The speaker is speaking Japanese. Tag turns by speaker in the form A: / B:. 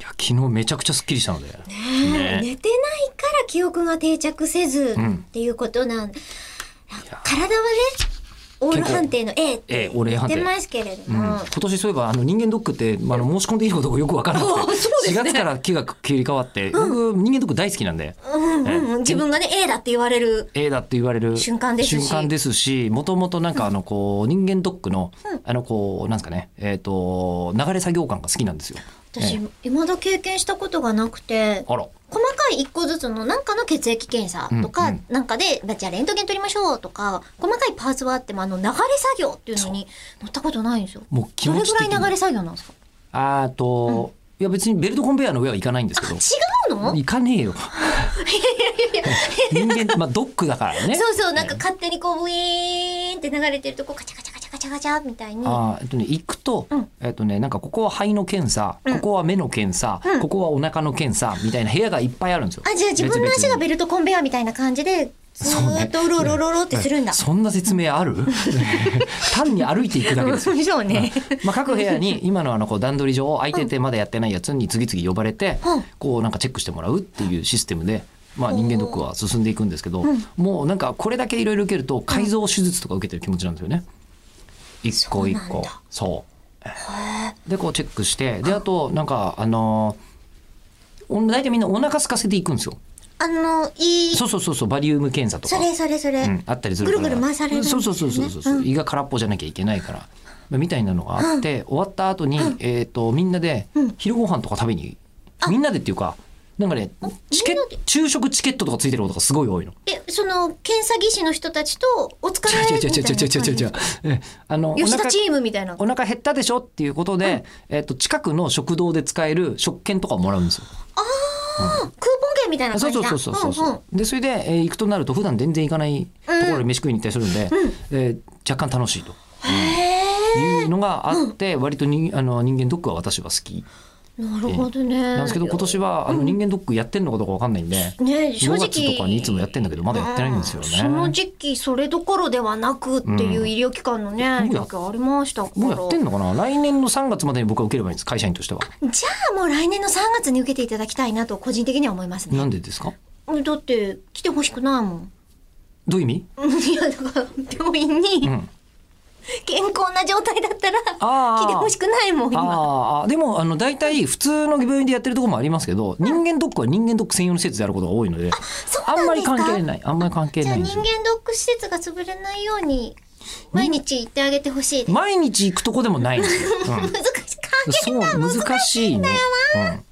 A: 昨日めちゃくちゃすっきりしたので。
B: ねえ寝てないから記憶が定着せず
A: ん
B: っていうことなん、体はねオール判定の A っ
A: ええ
B: て
A: 俺
B: 言っ
A: 判
B: て
A: 定。
B: ますけれど
A: うん
B: も、
A: 今年そういえばあの人間ドックって、まあ、あの申し込んでいいことがよく分からなくて、
B: あそうですね
A: 4月から気が切り替わって、僕人間ドック大好きなんで
B: うんうんうん
A: ええ
B: 自分がね A だって言われる
A: A だって言われる
B: 瞬間ですし
A: 瞬間ですしもともとなんかあのこう人間ドックの、あのこうなんですかねえっ、と流れ作業感が好きなんですよ。
B: 私
A: ええ
B: 未だ経験したことがなくて
A: あら
B: 細かい一個ずつのなんかの血液検査とか、
A: うんうん
B: なんかで、まあじゃあレントゲン取りましょうとか、細かいパーツはあっても、あの流れ作業っていうのに乗ったことないんですよ。
A: もう気
B: どれ
A: 持
B: ぐ
A: ち
B: ら
A: 的
B: い
A: に
B: 流れ作業なんですか
A: あーと、いや別にベルトコンベヤーの上は行かないんですけど
B: 違うの
A: 行かね えよ 人間ってまあドックだからね
B: そうそう、なんか勝手にこう、ウィーンって流れてるとこ、ガチャガチャガチャガチャガチャみたいに。
A: あーえっとね、行くと、
B: うん
A: えっとね、なんかここは肺の検査、
B: うん
A: ここは目の検査、
B: うん
A: ここはお腹の検査みたいな部屋がいっぱいあるんですよ。
B: あ、じゃあ自分の
A: 別
B: 足が
A: 々に
B: ベルトコンベアみたいな感じで、ず
A: そうね
B: ーっとうろうろうろうろってするんだ。
A: そんな説明ある単に歩いていくだけですよ。
B: そうね。
A: まあ、各部屋に今のあのこう段取り上空いててまだやってないやつに次々呼ばれて
B: うん
A: こうなんかチェックしてもらうっていうシステムで。まあ、人間ドックは進んでいくんですけど、
B: うん
A: もうなんかこれだけいろいろ受けると改造手術とか受けてる気持ちなんですよね。一個一
B: そうなん
A: 個
B: だ
A: そう。でこうチェックしてであとなんかあのーお大体みんなお腹空かせていくんですよ。
B: あの、いい、
A: そうそうそうそうバリウム検査とか。
B: それそれそれ。
A: うん、あったりするから
B: ぐるぐる回されるんです
A: そ
B: よ
A: う
B: ね
A: そうそうそうそう、
B: うん
A: 胃が空っぽじゃなきゃいけないからまあみたいなのがあって、終わった後に、えっ、とみんなで
B: うん
A: 昼ご飯とか食べに、みんなでっていうかなんかねチケ
B: みんなで
A: 昼食チケットとかついてることがすごい多いの。
B: え、その、検査技師の人たちと、お疲れ
A: 違う
B: み
A: 違
B: た
A: う
B: い
A: 違う違う違う違う
B: な感じ
A: 違うえあのお
B: 吉田
A: 腹
B: チームみたいな。
A: お腹減ったでしょっていうことで、えっと近くの食堂で使える食券とかをもらうんですよ。
B: あクーポン券みたいな
A: そうそ
B: 感じ
A: う
B: だ。
A: そうそうそう
B: うんうん
A: でそれで、えー行くとなると普段全然行かないところに飯食いに行ったりするんで、えー若干楽しいと。
B: へ
A: いうのがあって、割とにあの人間ドックは私は好き
B: え。なるほどね。
A: なんですけど今年はあの人間ドックやってんのかどうかわかんないんで、
B: ね正
A: 5
B: 直
A: 月とかにいつもやってんだけどまだやってないんですよ
B: うその
A: ね。
B: 時期それどころではなくっていう医療機関のね、
A: うん
B: 状況ありましたから
A: もうやってんのかな来年の3月までに僕は受ければいいんです会社員としては。
B: じゃあもう来年の3月に受けていただきたいなと個人的には思います
A: な
B: ね
A: んでですか
B: だって来てほしくないもん
A: どういう意味、
B: うんいやだから病院に
A: うん、
B: 健康な状態だったら
A: あー
B: 来てほしくないもん今
A: あーあーでもあの大体普通の病院でやってるところもありますけど人間ドックは人間ドック専用の施設であることが多いので
B: そう
A: あん
B: な
A: ま
B: んで
A: り
B: すか
A: 関係ないあんまり関係
B: じ
A: な
B: ゃあ
A: いん
B: 人
A: ですよ
B: 間ドック施設が潰れないように毎日行ってあげてほしいです
A: 毎日行くとこでもないんですよ。うん
B: 難しい関係
A: そう難しいね。うん